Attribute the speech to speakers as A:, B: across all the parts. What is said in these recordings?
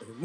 A: En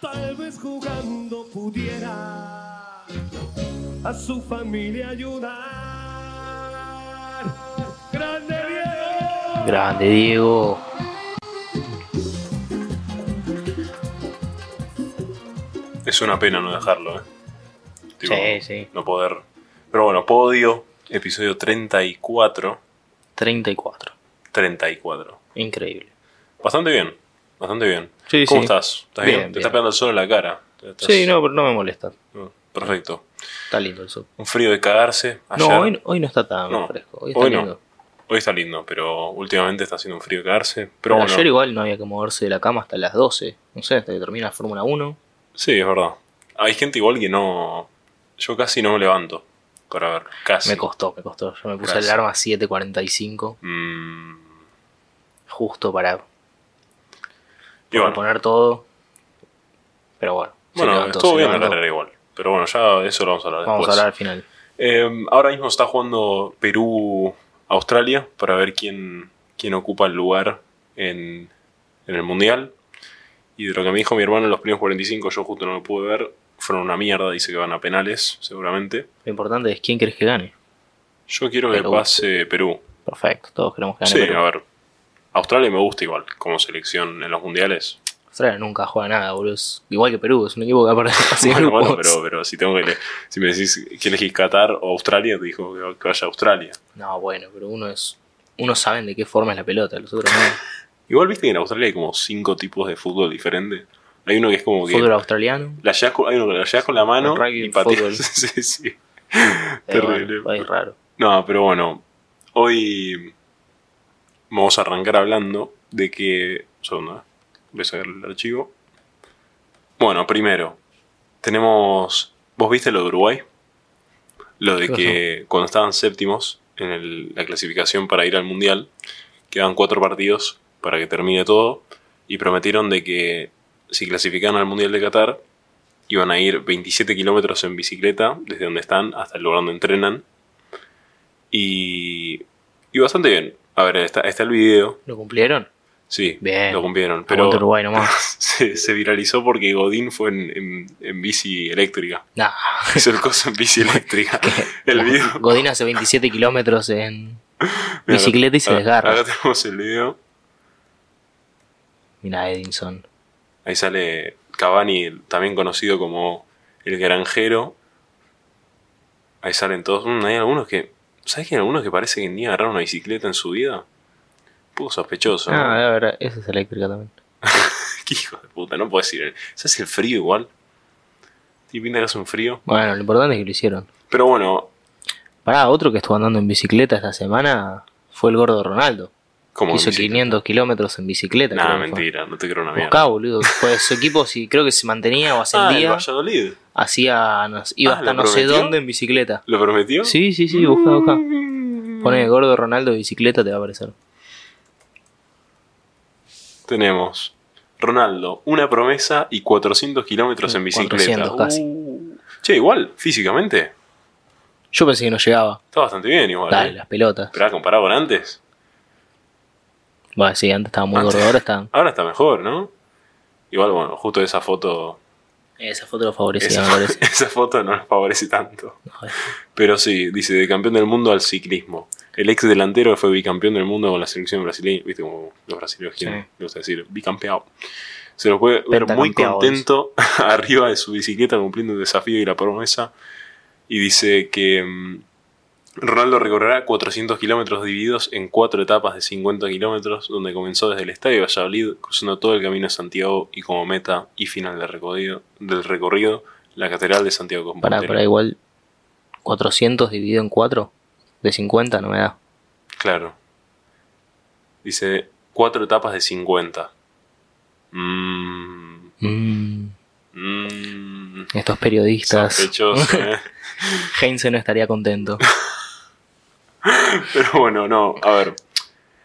A: Tal vez jugando pudiera a su familia ayudar. Grande Diego.
B: Grande Diego.
C: Es una pena no dejarlo, ¿eh? Tipo,
B: Sí, sí.
C: No poder. Pero bueno, podio, episodio 34.
B: 34.
C: 34.
B: Increíble.
C: Bastante bien, bastante bien.
B: Sí,
C: ¿Cómo
B: sí.
C: estás? ¿Estás bien?
B: Bien, bien.
C: Te está pegando el sol en la cara. Estás-
B: Sí, no, pero no me molesta.
C: Mm, Perfecto.
B: Está lindo el sol.
C: Un frío de cagarse. Ayer,
B: No, hoy, no- hoy no está tan
C: No,
B: fresco. Hoy está
C: hoy no.
B: lindo.
C: hoy está lindo, pero últimamente está haciendo un frío de cagarse. Pero
B: Pero
C: bueno,
B: ayer igual no había que moverse de la cama hasta las 12. No sé, hasta que termina la Fórmula 1.
C: sí, es verdad. Hay gente igual que no. Yo casi no me levanto para ver. Casi.
B: Me costó, me costó. Yo me puse el
C: Casi.
B: alarma a 7.45
C: Mm,
B: justo para
C: y bueno,
B: poner todo. Pero bueno. se
C: bueno
B: levantó,
C: estuvo
B: se
C: bien la
B: levantó.
C: carrera igual. Pero bueno, ya eso lo vamos a hablar
B: Vamos a
C: después.
B: hablar al final.
C: Eh, ahora mismo está jugando Perú-Australia para ver quién, quién ocupa el lugar en, en el Mundial. Y de lo que me dijo mi hermano en los primeros 45, yo justo no lo pude ver, fueron una mierda, dice que van a penales, seguramente.
B: Lo importante es quién querés que gane.
C: Yo quiero que
B: Perú.
C: pase Perú.
B: Perfecto, todos queremos que gane.
C: Sí,
B: Perú.
C: a ver. Australia me gusta igual, como selección en los mundiales.
B: Australia nunca juega nada, boludo. Es igual que Perú, es un equipo que ha perdido así
C: Bueno, bueno,
B: grupos.
C: pero, pero si tengo que ele- si me decís que elegís Qatar o Australia, te dijo que que vaya a Australia.
B: No, bueno, pero uno es. Unos saben de qué forma es la pelota, los otros no.
C: Igual viste que en Australia hay como cinco tipos de fútbol diferentes. Hay uno que es como que
B: Fútbol australiano.
C: la llevas con, hay uno que la llevas con la mano
B: El rugby,
C: y
B: el
C: pateas.
B: fútbol.
C: sí, sí.
B: eh,
C: Ah, Terrible.
B: bueno, es raro.
C: No, pero bueno, hoy vamos a arrancar hablando de que... Un segundo, eh. voy a sacar el archivo. Bueno, primero, tenemos... ¿Vos viste lo de Uruguay? Lo de
B: ¿Qué
C: que cuando estaban séptimos en el- la clasificación para ir al Mundial, quedan cuatro partidos para que termine todo y prometieron de que si clasificaban al Mundial de Qatar iban a ir 27 kilómetros en bicicleta desde donde están hasta el lugar donde entrenan y, y bastante bien. A ver, está, está el video,
B: ¿Lo cumplieron?
C: sí,
B: Bien.
C: lo cumplieron,
B: Pero,
C: pero
B: Uruguay nomás.
C: se, se viralizó porque Godín fue en, en- en bici eléctrica,
B: nah.
C: hizo el coso en bici eléctrica, el video.
B: Godín hace 27 kilómetros en
C: Mira,
B: bicicleta y se
C: acá-
B: desgarra.
C: Ah, Acá tenemos el video.
B: Mira, Edinson.
C: Ahí sale Cavani, también conocido como el granjero. Ahí salen todos. Mm, hay algunos que. ¿Sabes que hay algunos que parece que ni agarraron una bicicleta en su vida? Un poco sospechoso. ¿no?
B: Ah, la verdad, esa es eléctrica también.
C: Qué hijo de puta, no puedes ir. ¿Sabes el frío igual? Y pinta que hace un frío.
B: Bueno, lo importante es que lo hicieron.
C: Pero bueno,
B: Pará, otro que estuvo andando en bicicleta esta semana fue el gordo Ronaldo.
C: como.
B: Hizo
C: bicicleta?
B: 500 kilómetros en bicicleta.
C: Nah,
B: creo que fue.
C: mentira, no te creo una mierda.
B: Buscá, boludo. Pues su equipo, si creo que se mantenía o
C: Ah, el
B: ascendía,
C: Valladolid.
B: hacía, no sé, iba
C: Ah,
B: hasta
C: ¿lo
B: no sé
C: prometió?
B: dónde en bicicleta.
C: ¿Lo prometió?
B: Sí, sí, sí, busca, busca. Pone
C: Mm.
B: gordo Ronaldo bicicleta, te va a aparecer.
C: Tenemos Ronaldo, una promesa y 400 kilómetros en bicicleta.
B: 400 casi.
C: Uh. Che, igual, físicamente,
B: Yo pensé que no llegaba.
C: está bastante bien igual.
B: Dale,
C: ¿eh?
B: las pelotas.
C: Pero ah, comparado con antes,
B: Bueno, sí, antes estaba muy
C: Antes.
B: gordo, ahora está.
C: ahora está mejor, ¿no? Igual, bueno, justo esa foto...
B: Esa foto lo favorecía,
C: Esa,
B: me parece.
C: esa foto no nos favorece tanto.
B: No, eh.
C: Pero sí, dice, de campeón del mundo al ciclismo. El ex delantero que fue bicampeón del mundo con la selección brasileña, viste como los brasileños
B: Sí.
C: quieren le gusta decir, bicampeado. Se lo puede ver muy
B: Pentacampeados.
C: contento arriba de su bicicleta cumpliendo el desafío y la promesa. Y dice que mm, Ronaldo recorrerá 400 kilómetros divididos en cuatro etapas de 50 kilómetros, donde comenzó desde el estadio de Valladolid, cruzando todo el camino de Santiago y como meta y final del recorrido, del recorrido la Catedral de Santiago de
B: Pará,
C: Compostela.
B: pará, igual. 400 dividido en 4 de 50 no me da.
C: Claro. Dice cuatro etapas de 50. Mm,
B: Mm. Estos periodistas.
C: Sospechoso, ¿eh?
B: Heinze no estaría contento.
C: Pero bueno, no, a ver.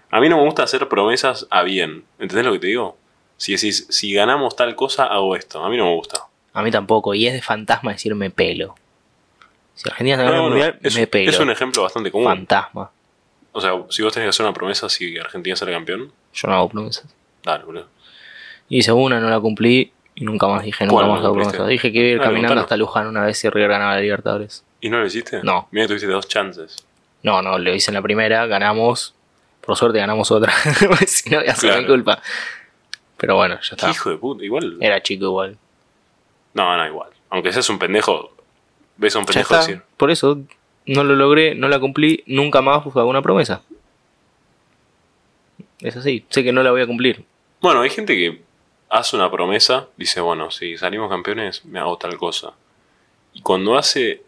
C: A mí no me gusta hacer promesas a bien. ¿Entendés lo que te digo? Si decís, si ganamos tal cosa, hago esto. A mí no me gusta.
B: A mí tampoco. Y es de fantasma decirme pelo. Si Argentina se gana el
C: No, no,
B: mundial,
C: Ah, es,
B: me pelo.
C: es un ejemplo bastante común.
B: fantasma.
C: O sea, si vos tenés que hacer una promesa si Argentina sale campeón,
B: Yo no hago promesas.
C: dale, boludo.
B: Hice una, no la cumplí y nunca más dije, nunca
C: ¿Cuál no
B: más hago
C: cumpliste?
B: promesas. Dije que iba a ir
C: Dale,
B: caminando
C: contalo.
B: hasta Luján una vez si River ganaba la Libertadores.
C: ¿Y no lo hiciste?
B: No.
C: Mira, tuviste dos chances.
B: No, no, lo hice en la primera, ganamos. Por suerte ganamos otra. si no, ya sido mi
C: Claro.
B: culpa. Pero bueno, ya
C: ¿Qué
B: está. Eh.
C: hijo de puta, igual.
B: Era chico igual.
C: No, no, igual. Aunque seas un pendejo, ves a un
B: Ya
C: pendejo
B: está.
C: decir.
B: Por eso no lo logré, no la cumplí, nunca más hago una promesa. Es así, sé que no la voy a cumplir.
C: Bueno, hay gente que hace una promesa, dice, bueno, si salimos campeones, me hago tal cosa. Y cuando hace,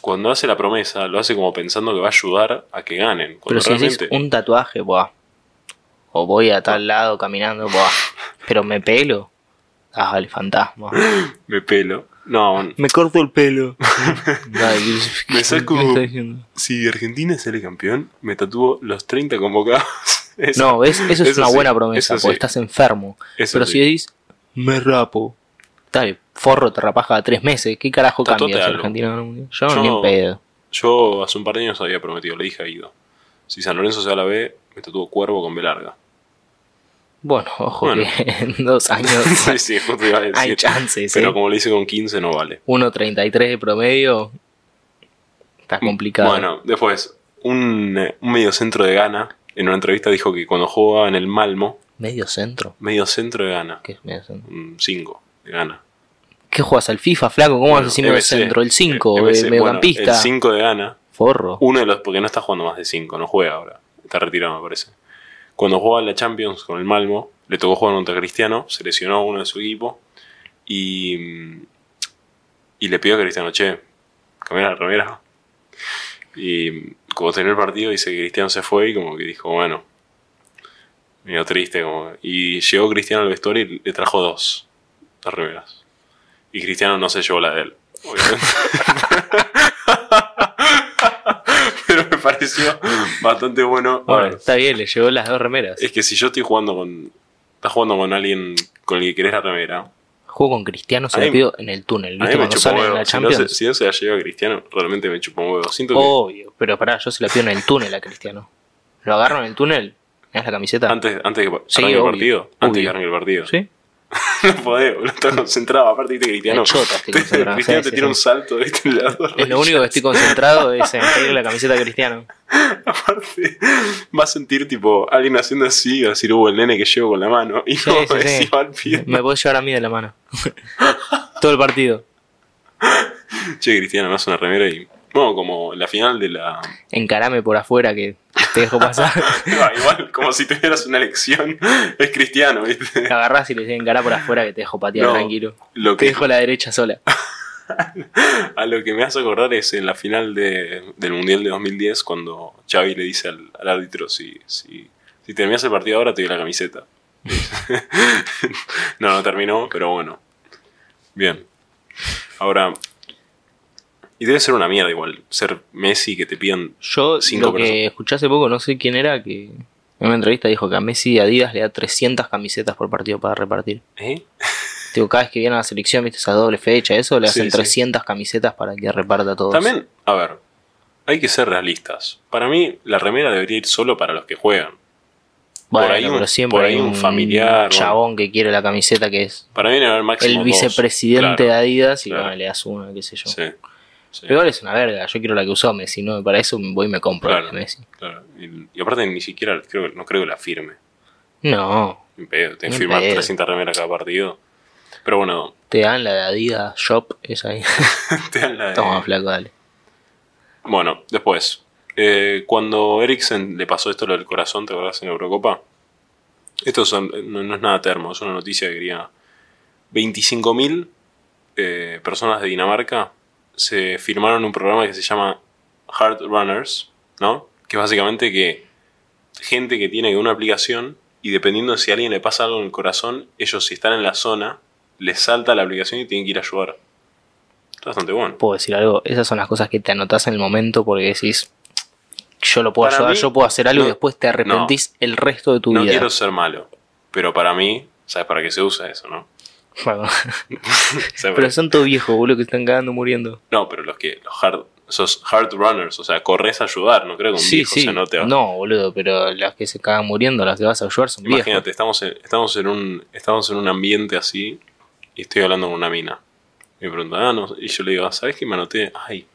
C: cuando hace la promesa, lo hace como pensando que va a ayudar a que ganen.
B: Pero
C: Cuando
B: si
C: realmente.
B: haces un tatuaje, buah. O voy a tal lado caminando, buah. Pero me pelo. Ah, el fantasma.
C: Me pelo. No,
B: Me corto el pelo.
C: Me saco-
B: ¿Qué está diciendo?
C: si Argentina sale campeón, me tatúo los 30 convocados. Eso-
B: No, ¿ves? Eso es
C: eso
B: una
C: sí,
B: buena promesa,
C: eso
B: porque
C: sí,
B: estás enfermo.
C: eso
B: Pero
C: sí.
B: si decís, me rapo. Dale, forro te rapas cada tres meses. ¿Qué carajo
C: Tatuate
B: cambia si
C: algo.
B: Argentina gana el mundial? Yo,
C: Yo-
B: ni en pedo.
C: Yo hace un par de años había prometido, le dije a Guido. Si San Lorenzo se va a la B, me tatúo cuervo con B larga.
B: Bueno, ojo
C: Bueno.
B: que en dos años
C: sí, sí, justo iba a decir.
B: hay chances,
C: Pero
B: ¿eh?
C: como le hice con 15 no vale.
B: 1.33 de promedio. Está complicado.
C: Bueno, después, un, eh, un medio centro de Ghana, en una entrevista dijo que cuando jugaba en el Malmo,
B: Medio centro.
C: medio centro de Ghana,
B: ¿Qué es medio centro?
C: un 5 de Ghana.
B: ¿Qué juegas al FIFA, flaco? ¿Cómo vas a
C: Bueno,
B: decir medio
C: MC,
B: centro? El 5,
C: eh,
B: el
C: MC, bueno,
B: mediocampista.
C: el Uh, 5 de Ghana,
B: Forro.
C: uno de los, porque no está jugando más de 5, no juega ahora, está retirado me parece. Cuando jugaba la Champions con el Malmo, le tocó jugar contra Cristiano, se lesionó a uno de su equipo y, mm, y le pidió a Cristiano, che, cambia la remera. Y mm, como terminó el partido, dice que Cristiano se fue y como que dijo, bueno, medio triste. Como, y llegó Cristiano al vestuario y le trajo dos las remeras. Y Cristiano no se llevó la de él, obviamente. Pero me pareció bastante bueno. A
B: Bueno,
C: ver,
B: está bien, le llevó las dos remeras.
C: es que si yo estoy jugando con. Estás jugando con alguien con el que querés la remera.
B: Juego con Cristiano, se
C: A
B: lo
C: mí-
B: pido en el túnel.
C: A mí
B: ¿Viste
C: me
B: cuando
C: chupó
B: salen en
C: huevo.
B: la
C: Si no,
B: Champions? Oh,
C: se, si no se la lleva Cristiano, realmente me chupó huevo. Siento que
B: Obvio, pero pará, yo se la pido en el túnel a Cristiano. Lo agarro en el túnel, me das la camiseta.
C: antes, antes que
B: Sí,
C: arranque el
B: obvio,
C: partido. Antes que
B: obvio.
C: arranque el partido.
B: ¿Sí?
C: No podés, boludo, está concentrado. Aparte, viste, Cristiano.
B: Me chota, estoy concentrado,
C: Cristiano
B: sí,
C: te
B: sí,
C: tira
B: sí.
C: un salto, este viste, en las dos
B: Es lo
C: rodillas.
B: único que estoy concentrado es en pedirle la camiseta a Cristiano.
C: Aparte, va a sentir tipo alguien haciendo así y va a decir, hubo el nene que llevo con la mano. Y
B: Sí,
C: no,
B: sí,
C: es
B: sí.
C: igual, pie.
B: Me podés llevar a mí de la mano. Todo el partido.
C: Che, Cristiano, me hace una remera y. Bueno, como la final de la.
B: Encarame por afuera que te dejo pasar.
C: Ah, igual, como si tuvieras una elección. Es Cristiano, viste.
B: Te agarrás y le decís encará por afuera que te dejo patear
C: No,
B: tranquilo.
C: Lo
B: Te
C: que,
B: dejo la derecha sola.
C: a lo que me hace acordar es en la final de- del Mundial de 2010 cuando Xavi le dice al, al árbitro si, si, si terminas el partido ahora te doy la camiseta. no, no terminó, pero bueno. Bien. Ahora... Y debe ser una mierda igual, ser Messi que te pidan...
B: Yo
C: Cinco
B: lo que
C: personas.
B: escuché hace poco, no sé quién era, que en una entrevista dijo que a Messi y Adidas le da 300 camisetas por partido para repartir.
C: ¿Eh?
B: Digo, cada vez que viene a la selección, viste esa doble fecha, eso, le
C: Sí,
B: hacen
C: sí.
B: 300 camisetas para que reparta a todos.
C: También, a ver, hay que ser realistas. Para mí la remera debería ir solo para los que juegan.
B: Bueno,
C: por ahí un-
B: pero siempre
C: por ahí
B: hay
C: un
B: un
C: familiar,
B: chabón que quiere la camiseta que es
C: Para mí debe haber máximo
B: el
C: dos.
B: vicepresidente de
C: Claro,
B: Adidas y
C: claro.
B: bueno, le das una, qué sé yo.
C: sí, sí.
B: Pero igual es una verga, yo quiero la que usó Messi, no, para eso voy y me compro la
C: Claro.
B: de Messi.
C: Claro, Y, y aparte ni siquiera creo, no creo que la firme.
B: No,
C: Ni en pedo, tenés que
B: Ni en
C: firmar
B: pedo.
C: 300 remeras cada partido. Pero bueno,
B: te dan la de Adidas Shop, esa ahí.
C: Eh. te dan la de-
B: Toma, flaco, dale.
C: Bueno, después. eh, cuando Eriksen le pasó esto lo del corazón, ¿te acordás en la Eurocopa? Esto son- no, no es nada termo, es una noticia que quería. 25.000 eh, personas de Dinamarca se firmaron un programa que se llama Heart Runners, ¿no? Que es básicamente que gente que tiene una aplicación y dependiendo de si a alguien le pasa algo en el corazón, ellos si están en la zona, les salta la aplicación y tienen que ir a ayudar. Está bastante bueno.
B: Puedo decir algo, esas son las cosas que te anotás en el momento porque decís, yo lo puedo
C: Para
B: ayudar,
C: mí,
B: yo puedo hacer algo
C: no,
B: y después te arrepentís el resto de tu
C: No
B: vida.
C: quiero ser malo, pero para mí, ¿sabes para qué se usa eso, no?
B: Bueno,
C: ¿Sabes para
B: pero son todos viejos, boludo, que están cagando muriendo.
C: No, pero los que, los hard, esos hard runners, o sea, corres a ayudar, no creo que un
B: Sí,
C: viejo
B: sí.
C: se anote.
B: No, boludo, pero las que se cagan muriendo, las que vas a ayudar son viejos.
C: Imagínate, estamos en, estamos en un, estamos en un ambiente así, y estoy hablando con una mina. Me pregunta, ah, no, y yo le digo, ah, ¿sabes qué me anoté? Ay.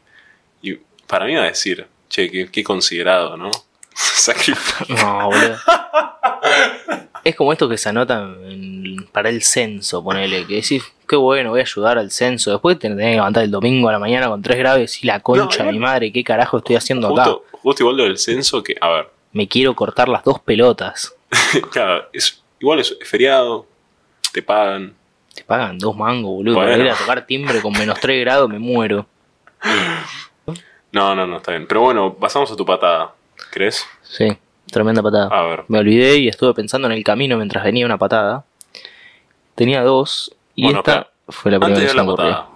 C: Y para mí va a decir, che, qué, qué considerado, ¿no? Sacrificio.
B: No, boludo. es como estos que se anotan en- para el censo, ponele, que decís, qué bueno, voy a ayudar al censo. Después te tenés que levantar el domingo a la mañana con tres graves y la concha de
C: igual-
B: mi madre, qué carajo estoy haciendo acá.
C: Justo, justo igual lo del censo que, a ver,
B: Me quiero cortar las dos pelotas.
C: claro, es, igual es feriado, te pagan,
B: Te pagan dos mangos, boludo.
C: Bueno.
B: Para ir a tocar timbre con menos 3 grados me muero.
C: No, no, no, está bien. Pero bueno, pasamos a tu patada. ¿Crees?
B: Sí, tremenda patada.
C: A ver.
B: Me olvidé y estuve pensando en el camino mientras venía una patada. Tenía dos y
C: Bueno,
B: esta
C: espera.
B: fue la primera
C: Antes
B: que
C: de
B: se
C: la
B: me ocurrió.
C: patada.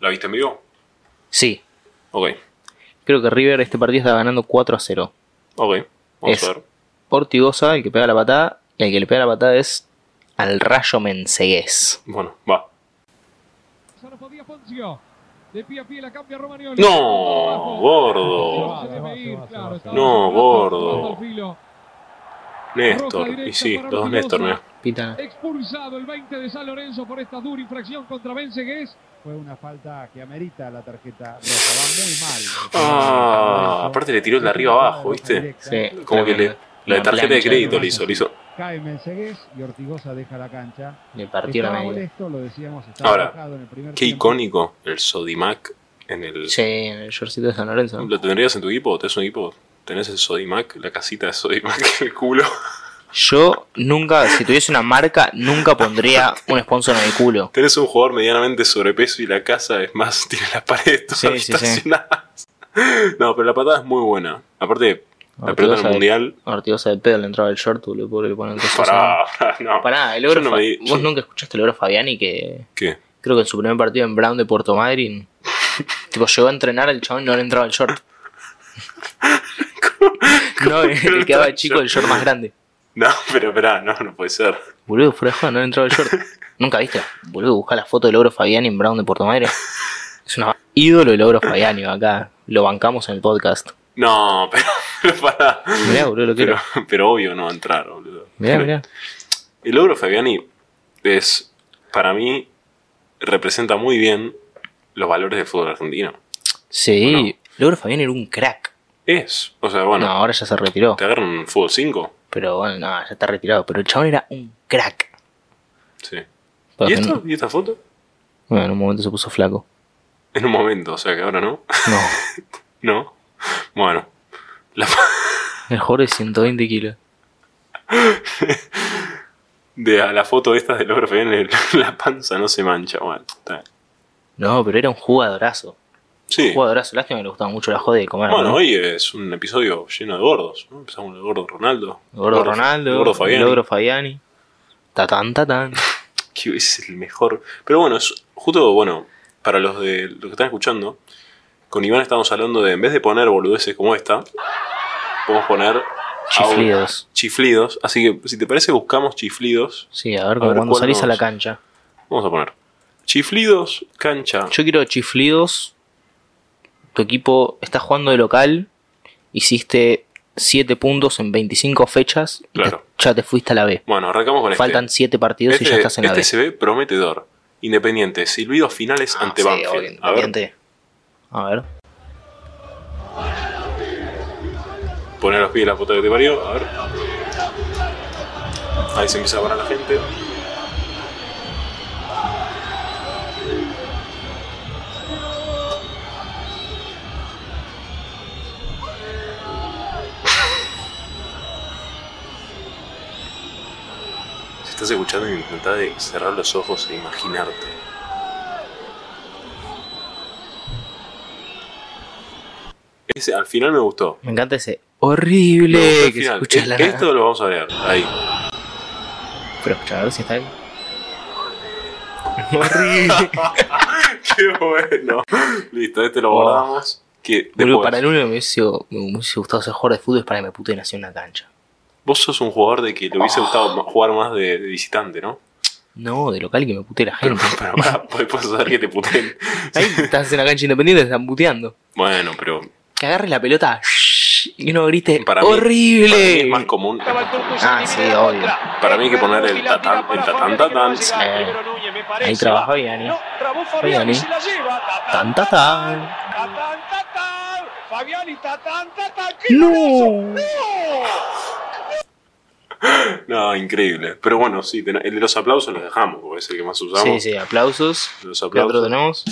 C: ¿La viste en vivo?
B: Sí,
C: Ok.
B: creo que River este partido está ganando 4 a 0.
C: Ok. Vamos
B: Es-
C: a ver.
B: Ortigosa, el que pega la patada, y el que le pega la patada es al Rayo Mensegués.
C: Bueno, va.
D: Sarfa Díaz Poncio. De pie a pie la cambia Romagnoli.
C: No, gordo.
D: Se debe ir, claro, estaba
C: No,
D: atrás,
C: gordo.
D: estaba al filo.
C: Néstor. Y sí, los dos Néstor, mira.
B: Pita.
D: Expulsado el 20 de San Lorenzo por esta dura infracción contra Benzegués.
E: Fue una falta que amerita la tarjeta roja. Va muy mal.
C: Ah, aparte le tiró el de arriba abajo, ¿viste?
B: Sí,
C: Como que le, la de
B: Una
C: tarjeta de
B: plancha.
C: crédito le hizo, le hizo.
E: Cae Mensegués y Ortigosa deja la cancha.
B: Le partió la
E: Estaba
B: media.
E: molesto, lo decíamos, estaba
C: Ahora,
E: enojado en el primer
C: Qué
E: tiempo.
C: icónico el Sodimac en el.
B: Sí, en el shortcito de San Lorenzo.
C: ¿Lo tendrías en tu equipo? ¿Tenés un equipo? ¿Tenés el Sodimac? La casita de Sodimac en el culo.
B: Yo nunca, si tuviese una marca, nunca pondría un sponsor en el culo.
C: Tenés un jugador medianamente sobrepeso y la casa es más, tiene las paredes todas
B: Sí, sí, sí.
C: estacionadas. No, pero la patada es muy buena. Aparte, la
B: Ortigosa
C: pelota en
B: de-
C: el mundial.
B: Ortigosa de pedo le entraba el short, boludo, pobre, le ponen cosas.
C: Pará, pará, no.
B: Pará, el
C: Yo
B: ogro
C: no
B: Fa-
C: me di-
B: Vos
C: yo-
B: nunca escuchaste el ogro Fabiani que
C: ¿Qué?
B: creo que en su primer partido en Brown de Puerto Madryn. tipo, llegó a entrenar al chabón y no le entraba el short. no, le quedaba chico el short más grande.
C: No, pero pará, no, no puede ser.
B: Boludo, fuera de juego, no le entraba el short. Nunca viste. Boludo, buscá la foto del ogro Fabiani en Brown de Puerto Madryn. Es una ídolo el ogro Fabiani acá. Lo bancamos en el podcast.
C: No, pero, pero pará.
B: Mirá, boludo, lo quiero.
C: Pero, pero obvio no va a entrar, boludo.
B: Mirá, mirá.
C: El logro Fabiani es, para mí, representa muy bien los valores del fútbol argentino.
B: Sí,
C: Bueno.
B: el ogro Fabiani era un crack.
C: Es, o sea, bueno,
B: no, ahora ya se retiró.
C: te agarran un fútbol 5.
B: Pero bueno, no, ya está retirado. Pero el chabón era un crack.
C: Sí.
B: Porque
C: ¿Y
B: en-
C: esto? ¿Y esta foto?
B: Bueno, en un momento se puso flaco.
C: En un momento, o sea que ahora no.
B: No,
C: No. Bueno. La-
B: el jugador de 120 kilos.
C: de a la foto esta del ogro Fabiani, la panza no se mancha. Bueno, está bien.
B: No, pero era un jugadorazo.
C: Sí.
B: Jugadorazo, lástima que le gustaba mucho la joda de comer.
C: Bueno,
B: ¿no?
C: hoy es un episodio lleno de gordos. ¿no? Empezamos con el gordo Ronaldo.
B: El Gordo Ronaldo,
C: El gordo
B: el
C: Fabiani.
B: Ogro Fabiani. Tatán, tatán.
C: que es el mejor. Pero bueno, es justo, bueno, para los de los que están escuchando, con Iván estamos hablando de, en vez de poner boludeces como esta, podemos poner audio-
B: Chiflidos.
C: chiflidos. Así que, si te parece, buscamos chiflidos.
B: Sí, a ver,
C: A
B: como
C: ver,
B: cuando
C: ¿cuál
B: salís a
C: nos-
B: la cancha.
C: Vamos a poner. Chiflidos, cancha.
B: Yo quiero chiflidos. Tu equipo está jugando de local. Hiciste 7 puntos en 25 fechas. y
C: Claro.
B: te- ya te fuiste a la B.
C: Bueno, arrancamos con
B: Faltan
C: este.
B: 7 partidos y ya estás en la
C: este
B: B.
C: se ve prometedor. Independiente, silbidos finales
B: Ah,
C: ante
B: sí,
C: Banfield.
B: obvio,
C: a ver,
B: Independiente. A ver.
C: poner los pies en la puta que te parió. A ver. Ahí se empieza a parar la gente. Si estás escuchando, intentá de cerrar los ojos e imaginarte. Ese, al final me gustó.
B: Me encanta ese
C: Me gustó
B: horrible
C: el
B: que se
C: final.
B: escucha
C: Es- este
B: la
C: Esto lo vamos a ver. Ahí.
B: Pero escucha, a ver si está ahí. horrible.
C: Qué bueno. Listo, este lo
B: Oh.
C: guardamos. Que
B: Boludo,
C: después,
B: para el único me hubiese, me hubiese gustado ser jugador de fútbol es para que me puten así en una cancha.
C: vos sos un jugador de que le hubiese gustado ma- jugar más de, de visitante, ¿no?
B: No, de local y que me pute la gente.
C: Pero pará, podés podés hacer que te puteen.
B: Ahí estás en la cancha independiente, te están puteando.
C: Bueno, pero
B: Que agarres la pelota shhh, y no grites
C: para mí,
B: ¡Horrible!
C: para mí es más común.
B: Ah, sí, obvio.
C: Para mí hay que poner el tatán, el tatán, tatán.
B: Eh, Ahí trabaja Viani.
F: No, trabó Fabiani.
B: Fabiani.
F: Se la lleva.
B: Tan, tan, tan.
F: Tatán, tatán. Fabiani, tatán, tatán. ¡Qué golazo!
B: ¡No!
C: No, increíble. Pero bueno, sí, ten- el de los aplausos los dejamos, porque es el que más usamos.
B: Sí, sí, aplausos.
C: Los
B: ¿Qué otro
C: aplausos.
B: tenemos?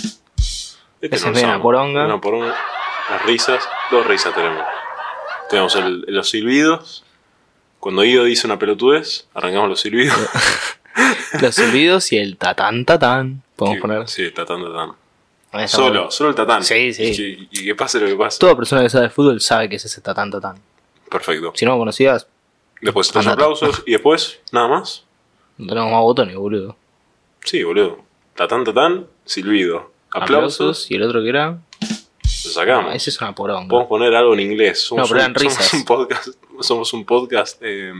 C: Este
B: Ese es de
C: no lo
B: una
C: usamos.
B: poronga.
C: Una poronga. Las risas. Dos risas tenemos. Tenemos el- los silbidos. Cuando Ido dice una pelotudez, arrancamos los silbidos.
B: Los silbidos y el tatán tatán. Podemos
C: Sí,
B: poner.
C: Sí, tatán, tatán.
B: Ahí está
C: Solo,
B: bueno.
C: solo el tatán.
B: Sí, sí.
C: Y que, y que pase lo que pase.
B: Toda persona que sabe de fútbol sabe que es ese tatán tatán.
C: Perfecto.
B: Si no lo conocías,
C: Después los
B: Andate.
C: aplausos y después, nada más.
B: no tenemos más botones, boludo.
C: Sí, boludo. Tatán, tatán, silbido. Aplausos,
B: y el otro que era.
C: lo sacamos.
B: Ah, ese es una poronga.
C: Podemos poner algo en inglés. Somos,
B: No, pero
C: un,
B: eran risas.
C: somos un podcast. Somos un podcast. eh,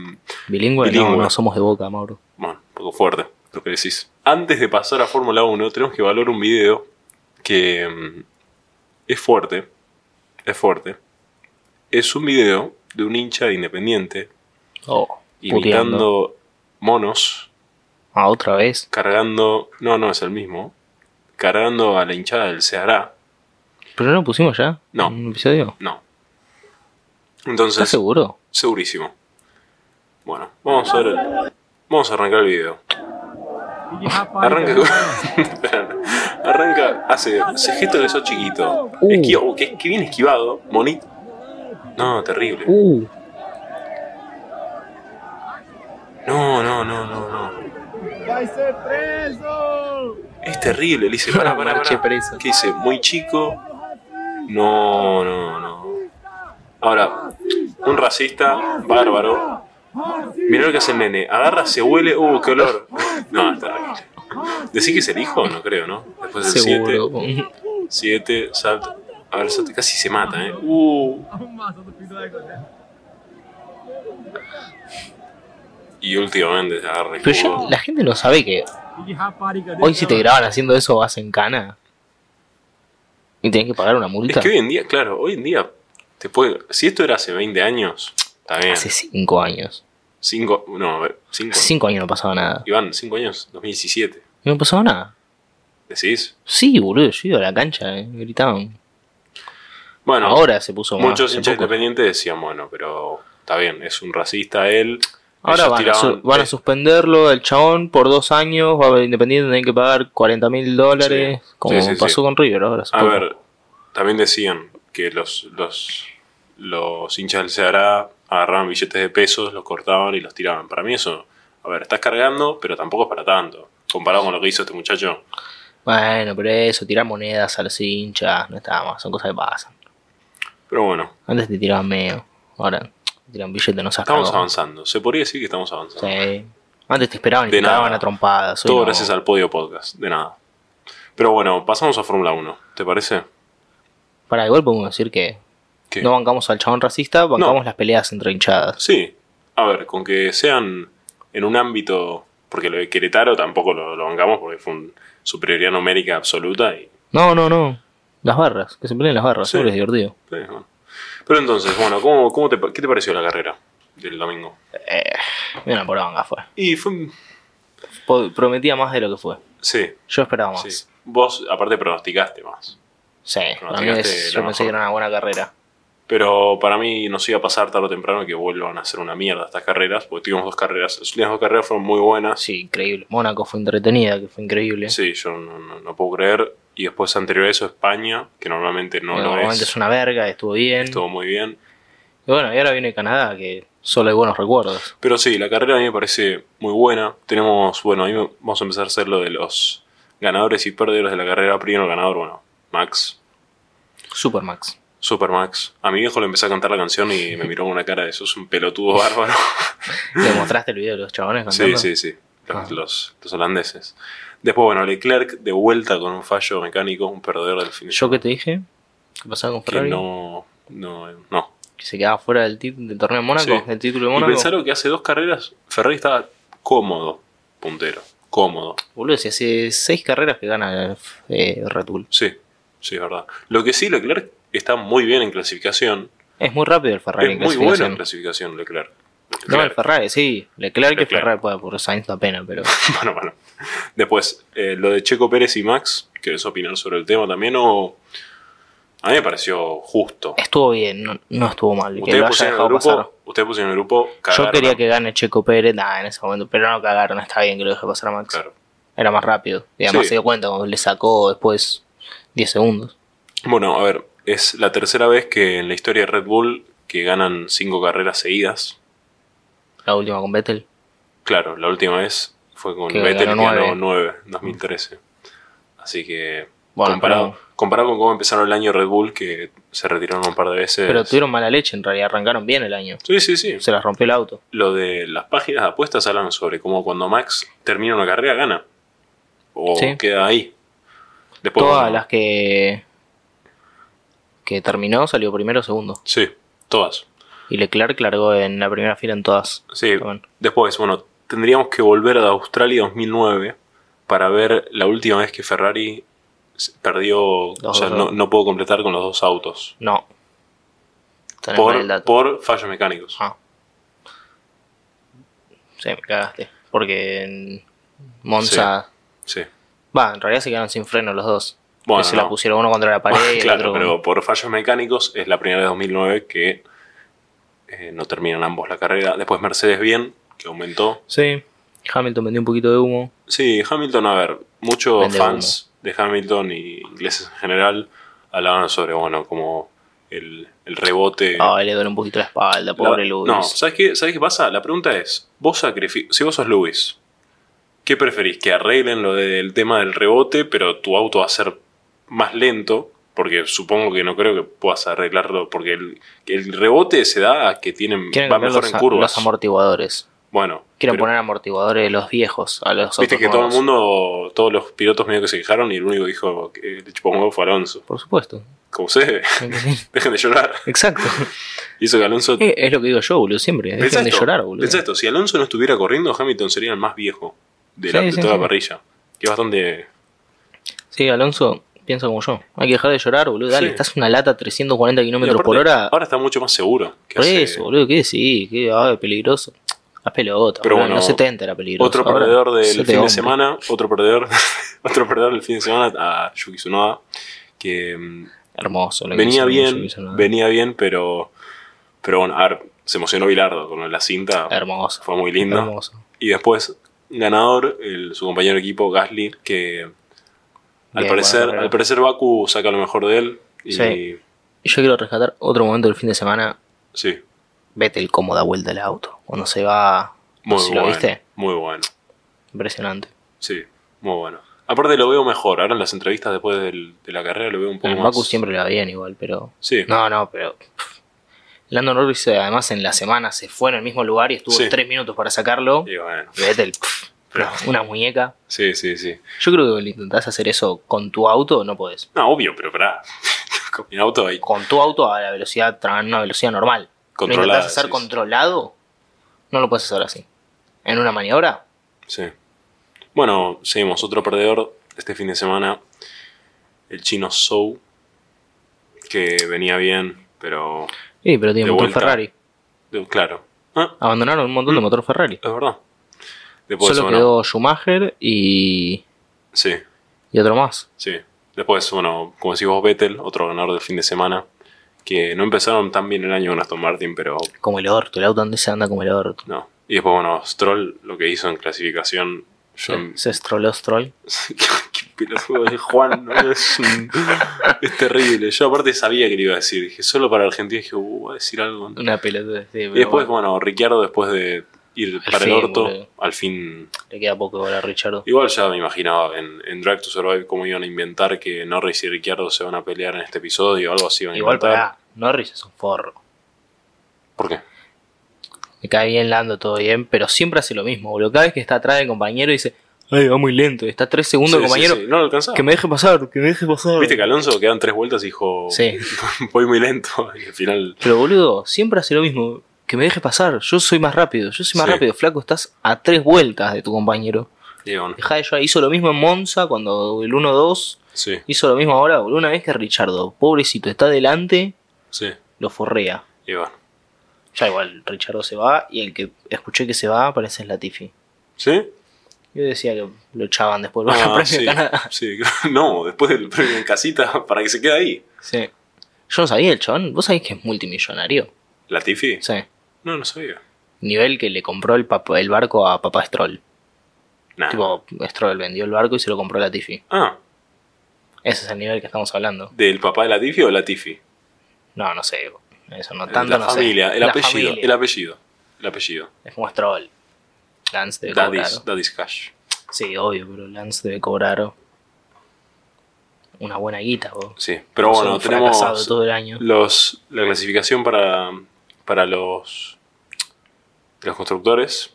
B: Bilingüe,
C: Bilingüe.
B: No, no somos de boca, Mauro.
C: Bueno, un poco fuerte lo que decís. Antes de pasar a Fórmula 1, tenemos que valorar un video que mm, es fuerte. Es fuerte. Es un video de un hincha de Independiente
B: Oh, puteando.
C: imitando monos,
B: Ah, otra vez.
C: cargando. No, no es el mismo. Cargando a la hinchada del Ceará.
B: ¿Pero no lo pusimos ya?
C: No.
B: ¿En un episodio?
C: No.
B: ¿Estás
C: Entonces,
B: seguro?
C: segurísimo. Bueno, vamos a ver. el- Vamos a arrancar el video. Arranca, arranca, hace, hace gesto de eso chiquito.
B: Uh.
C: Esquiva- uh, que, que bien esquivado, bonito. No, terrible.
B: Uh,
C: No, no, no, no, no.
E: ¡Va a ser tres! ¡Gol!
C: Es terrible, le dice, para, para,
B: Marche
C: para.
B: preso.
C: ¿Qué dice? Muy chico. No, no, no. Ahora, un racista, bárbaro. Mirá lo que hace el nene. Agarra, se huele, uh, qué olor. No, es terrible. ¿Decís que es el hijo? No creo, ¿no? Después del 7.
B: seguro.
C: 7, salta. A ver, salta. Casi se mata, ¿eh? Uh. Y últimamente se agarra el
B: Pero yo,
C: escudo.
B: la gente no sabe que hoy si te graban haciendo eso vas en cana. Y tenés que pagar una
C: Es
B: multa.
C: que hoy en día, claro, hoy en día. Te puede, si esto era hace 20 años, está bien.
B: Hace 5 años.
C: 5, no, a ver, 5.
B: Hace 5 años no pasaba nada.
C: Iván, 5 años, 2017.
B: Y No pasaba nada.
C: ¿Decís?
B: Sí, boludo, yo iba a la cancha, eh, gritaban.
C: Bueno,
B: Ahora se puso más.
C: muchos
B: hace
C: hinchas
B: poco.
C: independientes decían, bueno, pero está bien, es un racista él.
B: Ahora
C: ellos
B: van, a,
C: tiraban-
B: su- van a
C: eh,
B: suspenderlo el chabón por dos años, va a haber independiente, tienen que pagar 40 mil dólares,
C: Sí.
B: como
C: Sí, sí, sí.
B: pasó con River ahora. hace
C: A
B: poco.
C: ver, también decían que los, los, los hinchas del Ceará agarraban billetes de pesos, los cortaban y los tiraban. Para mí eso, a ver, estás cargando, pero tampoco es para tanto. Comparado con lo que hizo este muchacho.
B: Bueno, pero eso, tirar monedas a los hinchas, no está más, son cosas que pasan.
C: Pero bueno,
B: Antes te tiraban medio, ahora te tiran billete, no seas
C: estamos
B: cagón.
C: avanzando. Se podría decir que estamos avanzando.
B: Sí. Antes te esperaban y
C: De
B: te
C: nada.
B: cagaban a trompadas. hoy
C: Todo
B: no.
C: gracias al Podio Podcast, de nada. Pero bueno, pasamos a Fórmula 1, ¿te parece?
B: Para igual podemos decir que
C: ¿Qué?
B: no bancamos al chabón racista, bancamos las peleas entre hinchadas.
C: Sí, a ver, con que sean en un ámbito... Porque lo de Querétaro tampoco lo, lo bancamos porque fue una superioridad numérica absoluta y
B: No, no, no. Las barras, que se peleen las barras,
C: Sí.
B: siempre es divertido.
C: Sí, bueno. Pero entonces, bueno, ¿cómo, cómo te, pa- ¿qué te pareció la carrera del domingo?
B: Eh, una poronga fue.
C: Y fue. un-
B: Po- Prometía más de lo que fue.
C: Sí,
B: Yo esperaba más.
C: sí. Vos, aparte, pronosticaste más.
B: Sí,
C: Bueno,
B: para mí
C: tiraste
B: es-
C: la
B: yo pensé
C: mejor.
B: que era una buena carrera.
C: Pero para mí nos iba a pasar tarde o temprano que vuelvan a hacer una mierda estas carreras, porque tuvimos dos carreras. Las últimas dos carreras fueron muy buenas.
B: Sí, increíble. Mónaco fue entretenida, que fue increíble.
C: Sí, yo no, no- no puedo creer. Y después, anterior a eso, España, que normalmente no
B: Eh,
C: lo
B: normalmente
C: es.
B: es. una verga, estuvo bien.
C: Estuvo muy bien.
B: Y bueno, y ahora viene Canadá, que solo hay buenos recuerdos.
C: Pero sí, la carrera a mí me parece muy buena. Tenemos, bueno, ahí vamos a empezar a hacer lo de los ganadores y perdedores de la carrera. Primero ganador, bueno, Max,
B: Supermax.
C: Supermax. A mi viejo le empecé a cantar la canción y me miró con una cara de sos un pelotudo bárbaro.
B: ¿Te mostraste el video de los chabones
C: sí,
B: cantando?
C: sí, sí.
B: Ah.
C: los, los- los holandeses. Después, bueno, Leclerc de vuelta con un fallo mecánico, un perdedor del final.
B: ¿Yo qué te dije? ¿Qué pasaba con
C: que
B: Ferrari?
C: no, no, no.
B: Que se quedaba fuera del, tit- del torneo de Mónaco,
C: Sí.
B: del título de
C: Y
B: Mónaco.
C: pensaron que hace dos carreras Ferrari estaba cómodo, puntero, cómodo.
B: Boludo, si hace seis carreras que gana eh, Red Bull.
C: Sí, sí, es verdad. Lo que sí, Leclerc está muy bien en clasificación.
B: Es muy rápido el Ferrari
C: es
B: en
C: muy bueno en
B: clasificación.
C: clasificación, Leclerc.
B: no, el
C: Leclerc.
B: Ferrari, sí. Leclerc que
C: Leclerc.
B: Ferrari puede, por Sainz da pena, pero.
C: Bueno, bueno. Después, eh, lo de Checo Pérez y Max, ¿querés opinar sobre el tema también? O... A mí me pareció justo.
B: Estuvo bien, no, no estuvo mal. Que
C: Ustedes
B: lo haya
C: pusieron, el
B: dejado pasar.
C: grupo, ustedes pusieron el grupo, cagaron.
B: Yo quería que gane Checo Pérez, nah, en ese momento, pero no cagaron, está bien que lo dejé pasar a Max.
C: Claro.
B: Era más rápido. Y además
C: Sí.
B: se dio cuenta cuando le sacó después 10 segundos.
C: Bueno, a ver, es la tercera vez que en la historia de Red Bull que ganan cinco carreras seguidas.
B: La última con Vettel.
C: Claro, la última vez fue con
B: Que
C: Vettel
B: ganó
C: que ganó
B: nueve.
C: 9, 2013. Así que
B: Bueno,
C: comparado,
B: pero-
C: comparado con cómo empezaron el año Red Bull, que se retiraron un par de veces.
B: Pero tuvieron mala leche, en realidad arrancaron bien el año.
C: Sí, sí, sí.
B: Se las rompió el auto.
C: Lo de las páginas de apuestas hablan sobre cómo cuando Max termina una carrera gana. O
B: Sí.
C: queda ahí. Después,
B: Todas
C: bueno,
B: las que. que terminó salió primero o segundo.
C: Sí, todas.
B: Y Leclerc largó en la primera fila en todas.
C: Sí,
B: Bueno.
C: después, bueno, tendríamos que volver a Australia 2009 para ver la última vez que Ferrari s- perdió, o
B: dos
C: sea, no,
B: autos.
C: no pudo completar con los dos autos.
B: No. Tenés mal el
C: Por,
B: dato.
C: por fallos mecánicos.
B: Ah. Sí, me cagaste. Porque en Monza.
C: Sí.
B: Va, en realidad se quedaron sin freno los dos.
C: Bueno,
B: Que se
C: no.
B: la pusieron uno contra la pared y el
C: Ah, claro,
B: otro-
C: pero por fallos mecánicos es la primera de 2009 que eh, no terminan ambos la carrera. Después Mercedes bien, que aumentó.
B: Sí. Hamilton vendió un poquito de humo.
C: Sí, Hamilton, a ver, muchos
B: Vende
C: fans de Hamilton y ingleses en general hablaban sobre, bueno, como el, el rebote.
B: Ah, le duele un poquito la espalda, pobre
C: La-
B: Lewis.
C: No, ¿sabes qué, ¿sabes qué pasa? La pregunta es, vos sacrifi- si vos sos Luis, ¿qué preferís? Que arreglen lo del tema del rebote, pero tu auto va a ser más lento, porque supongo que no creo que puedas arreglarlo, porque el, el rebote se da a que tienen,
B: Quieren
C: va
B: cambiar
C: mejor
B: los,
C: en
B: a-
C: curvas.
B: los amortiguadores.
C: bueno,
B: Quieren
C: pero
B: poner amortiguadores de los viejos a los
C: viste
B: autos
C: que todo el
B: nuevos.
C: mundo, todos los pilotos medio que se quejaron y el único que dijo que le chupó un huevo fue Alonso.
B: Por supuesto.
C: Como se dejen de llorar.
B: Exacto.
C: Y eso que Alonso...
B: Eh, es lo que digo yo, boludo, siempre.
C: Pensá
B: Dejen de
C: esto,
B: llorar, boludo.
C: pensá esto, si Alonso no estuviera corriendo, Hamilton sería el más viejo de, la,
B: Sí,
C: de
B: sí,
C: toda
B: sí.
C: la parrilla. Que es bastante.
B: Sí, Alonso, piensa como yo. Hay que dejar de llorar, boludo. Dale,
C: Sí.
B: estás una lata a 340
C: y
B: kilómetros
C: aparte,
B: por hora.
C: Ahora está mucho más seguro. que
B: Por
C: hace-
B: eso, boludo, ¿qué decís? ¿Qué ay, peligroso? La pelota,
C: Pero
B: boludo,
C: bueno,
B: en los 70 era peligroso.
C: Otro
B: Ahora,
C: perdedor del
B: siete
C: fin de
B: hombres.
C: semana, otro perdedor, otro perdedor del fin de semana a Yuki Tsunoda, que mm,
B: Hermoso. lo que
C: venía
B: hizo,
C: bien,
B: no hizo nada.
C: venía bien, pero pero bueno, a ver, se emocionó Bilardo con la cinta,
B: Hermoso.
C: fue muy lindo.
B: Hermoso.
C: Y después, ganador, el- su compañero de equipo, Gasly, que al
B: Bien,
C: parecer,
B: buena carrera.
C: al parecer Baku saca lo mejor de él. Y,
B: Sí. Y Yo quiero rescatar otro momento del fin de semana.
C: sí,
B: Vettel cómo da vuelta el auto. Cuando se va.
C: muy
B: si
C: bueno.
B: lo viste,
C: Muy bueno.
B: impresionante.
C: Sí, muy bueno. Aparte lo veo mejor. Ahora en las entrevistas después del- de la carrera lo veo un poco
B: El
C: más.
B: Baku siempre le va bien igual, pero.
C: Sí.
B: No, no, pero. pff. Lando Norris eh, además en la semana se fue en el mismo lugar y estuvo
C: Sí.
B: tres minutos para sacarlo.
C: Y bueno.
B: Y Vettel, pff,
C: Pero-
B: una muñeca.
C: Sí, sí, sí.
B: Yo creo que cuando intentás hacer eso con tu auto, no podés.
C: No, obvio, pero pará. Con mi auto ahí.
B: con tu auto a la velocidad, a una velocidad normal.
C: Controlada,
B: Lo intentás hacer
C: decís.
B: controlado, no lo puedes hacer así. En una maniobra,
C: Sí. Bueno, seguimos. Otro perdedor este fin de semana. El chino Sou. Que venía bien, pero.
B: sí, pero tiene
C: De
B: motor
C: vuelta.
B: Ferrari.
C: de- Claro. Ah,
B: Abandonaron un montón de motor Ferrari.
C: es verdad. Después,
B: Solo
C: bueno,
B: quedó Schumacher y,
C: Sí,
B: y otro más.
C: sí. Después, bueno, como decís vos, Vettel, otro ganador del fin de semana. Que no empezaron tan bien el año con Aston Martin, pero
B: Como el orto, el auto antes se anda como el orto.
C: No. Y después, bueno, Stroll lo que hizo en clasificación. Yo,
B: Se estroló Stroll.
C: Qué pelotudo de Juan, ¿no? es, un- es terrible. Yo aparte sabía que le iba a decir. Dije, solo para Argentina dije, uh, voy a decir algo.
B: Una pelota. sí, pero
C: y después,
B: bueno,
C: bueno, Ricciardo, después de ir
B: Al
C: para
B: fin,
C: el orto,
B: boludo.
C: al fin.
B: le queda poco para Richard.
C: Igual ya me imaginaba en, en Drag to Survive cómo iban a inventar que Norris y Ricciardo se van a pelear en este episodio o algo así. Iban a
B: Igual
C: inventar.
B: para Norris es un forro.
C: ¿Por qué?
B: Me cae bien Lando, todo bien, pero siempre hace lo mismo, boludo. Cada vez que está atrás del compañero dice, ay, va muy lento, y está tres segundos,
C: Sí, sí,
B: compañero.
C: sí, No lo alcanzaba.
B: Que me deje pasar, que me deje pasar.
C: Viste que Alonso quedan tres vueltas y dijo,
B: Sí.
C: voy muy lento. Y al final,
B: Pero boludo, siempre hace lo mismo. Que me deje pasar, yo soy más rápido, yo soy más
C: Sí.
B: rápido, flaco, estás a tres vueltas de tu compañero.
C: digo, no.
B: Dejá de llorar. hizo lo mismo en Monza cuando el 1-2,
C: sí,
B: hizo lo mismo ahora, boludo, una vez que Richardo, pobrecito, está delante,
C: sí,
B: lo forrea.
C: y bueno.
B: Ya igual, Richardo se va y el que escuché que se va parece es Latifi.
C: ¿Sí?
B: Yo decía que lo echaban después del
C: Ah,
B: Premio
C: sí,
B: de Canadá.
C: sí. No, después del premio en casita, para que se quede ahí.
B: Sí. Yo no sabía el chabón, vos sabés que es multimillonario.
C: ¿La Tifi?
B: Sí.
C: No, no sabía.
B: Nivel que le compró el, pap- el barco a papá Stroll.
C: Nah.
B: Tipo, Stroll vendió el barco y se lo compró a Latifi.
C: Ah,
B: Ese es el nivel que estamos hablando.
C: ¿del papá de la Tifi o la Tifi?
B: No, no sé. Eso no tanto,
C: la
B: no
C: familia,
B: sé.
C: el
B: La
C: apellido,
B: familia.
C: el apellido, el apellido.
B: Es como Stroll. Lance debe
C: Daddy's,
B: cobrar.
C: Daddy's Cash.
B: Sí, obvio, pero Lance debe cobrar una buena guita, vos.
C: Sí, pero bueno, tenemos
B: todo el año.
C: los, la clasificación para, para los, los constructores.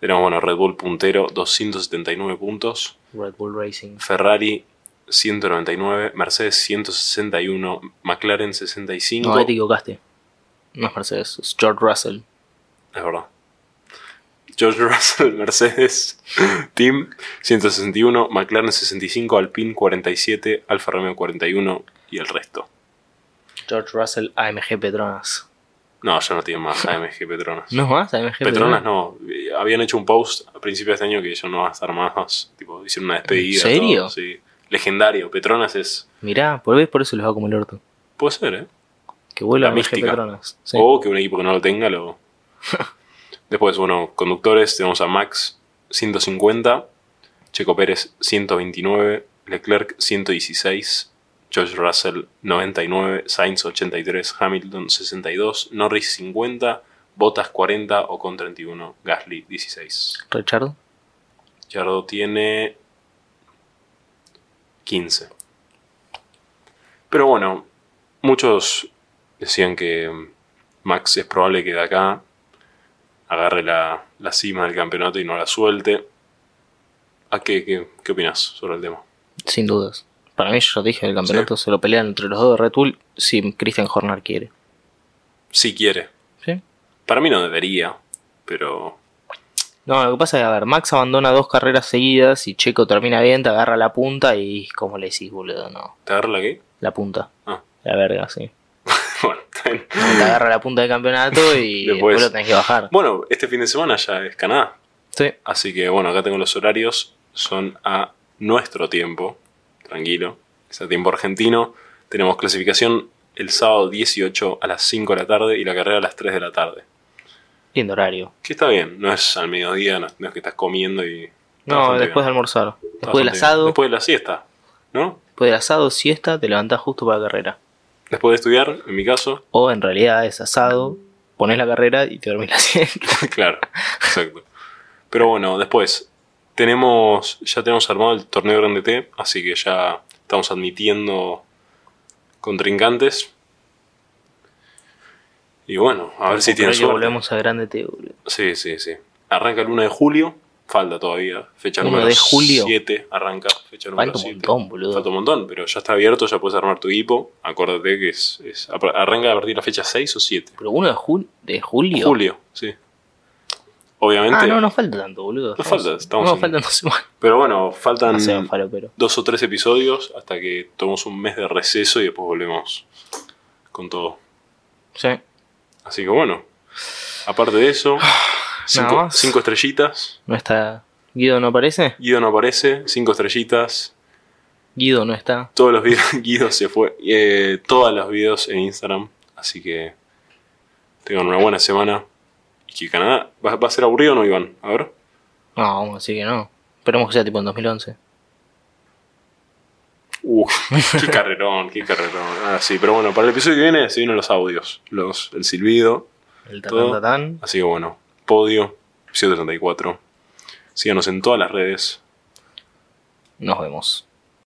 C: Tenemos, bueno, Red Bull puntero, 279 puntos.
B: Red Bull Racing.
C: Ferrari 199, Mercedes 161, McLaren 65.
B: No, ahí te equivocaste. No es Mercedes, es George Russell.
C: Es verdad. George Russell, Mercedes, Team 161, McLaren 65, Alpine 47, Alfa Romeo 41 y el resto.
B: George Russell AMG Petronas.
C: No, ya no tienen más AMG Petronas.
B: ¿No es más? AMG
C: Petronas no. Eh, Habían hecho un post a principios de este año que ya no va a estar más. Tipo, hicieron una despedida.
B: ¿En serio?
C: todo, sí. Legendario. Petronas es.
B: Mirá, por vez por eso les va como el orto.
C: Puede ser, ¿eh?
B: Que vuelva
C: La
B: AMG
C: mística. Oh.
B: Petronas. Sí.
C: O que un equipo que no lo tenga lo. Después, bueno, conductores, tenemos a Max 150, Checo Pérez 129, Leclerc 116, George Russell 99, Sainz 83, Hamilton 62, Norris 50, Bottas 40 o con 31, Gasly 16.
B: Richard.
C: Yardo tiene 15. Pero bueno, muchos decían que mm, Max es probable que de acá agarre la, la cima del campeonato y no la suelte. ¿A qué, qué, qué opinas sobre el tema?
B: Sin dudas. Para mí, yo te dije, el campeonato se lo pelean entre los dos de Red Bull si Christian Horner quiere.
C: Si quiere.
B: ¿Sí?
C: Para mí no debería, pero
B: No, lo que pasa es que, a ver, Max abandona dos carreras seguidas y Checo termina bien, te agarra la punta y, como le decís, boludo? No,
C: ¿te agarra la qué?
B: la punta.
C: Ah.
B: La verga, sí.
C: Bueno, está bien.
B: Te agarra la punta del campeonato y
C: Después.
B: después lo tenés que bajar.
C: bueno, este fin de semana ya es Canadá.
B: Sí.
C: Así que bueno, acá tengo los horarios, son a nuestro tiempo, tranquilo, es a tiempo argentino. Tenemos clasificación el sábado 18 a las 5 de la tarde y la carrera a las 3 de la tarde.
B: Lindo horario.
C: Que está bien, no es al mediodía, no, no es que estás comiendo y... está
B: No,
C: bastante
B: después de
C: bien,
B: almorzar.
C: está
B: Después del
C: bastante bien.
B: asado, después...
C: Después de la siesta, ¿no?
B: del asado, siesta, te levantás justo para la carrera.
C: Después de estudiar, en mi caso,
B: O en realidad es asado, pones la carrera y te dormís la siesta.
C: claro, exacto. Pero bueno, después tenemos, ya tenemos armado el torneo Grande T, así que ya estamos admitiendo contrincantes. Y bueno, a ver si
B: Creo
C: tiene
B: que
C: suerte.
B: volvemos a grande T, boludo.
C: Sí, sí, sí. Arranca el 1 de julio, falta todavía, fecha
B: ¿Uno
C: número
B: de julio?
C: 7, arranca fecha número
B: Falta un
C: 7.
B: montón, boludo.
C: Falta un montón, pero ya está abierto, ya puedes armar tu equipo. Acuérdate que es, es- arranca a partir de la fecha 6 o 7.
B: Pero 1 de, jul- de julio.
C: Julio, sí. Obviamente.
B: Ah, no, no falta tanto, boludo.
C: No falta, estamos
B: No,
C: en-
B: faltan dos semanas.
C: Pero bueno, faltan
B: No se van falo, pero.
C: dos o tres episodios hasta que tomemos un mes de receso y después volvemos con todo.
B: Sí.
C: Así que bueno, aparte de eso, cinco,
B: más.
C: cinco estrellitas.
B: ¿No está. Guido no aparece?
C: Guido no aparece, cinco estrellitas.
B: Guido no está.
C: Todos los videos, Guido se fue, eh, todos los videos en Instagram. Así que tengan una buena semana. Y que Canadá, ¿va, va a ser aburrido o no, Iván? A ver.
B: No, vamos a decir que no. Esperemos que sea tipo en 2011.
C: Uh, qué carrerón, qué carrerón. Ah, sí, pero bueno, para el episodio que viene se vienen los audios, los, el silbido,
B: El
C: Todo.
B: tatán tatán.
C: Así que bueno, podio, 134. Síganos en todas las redes.
B: Nos vemos.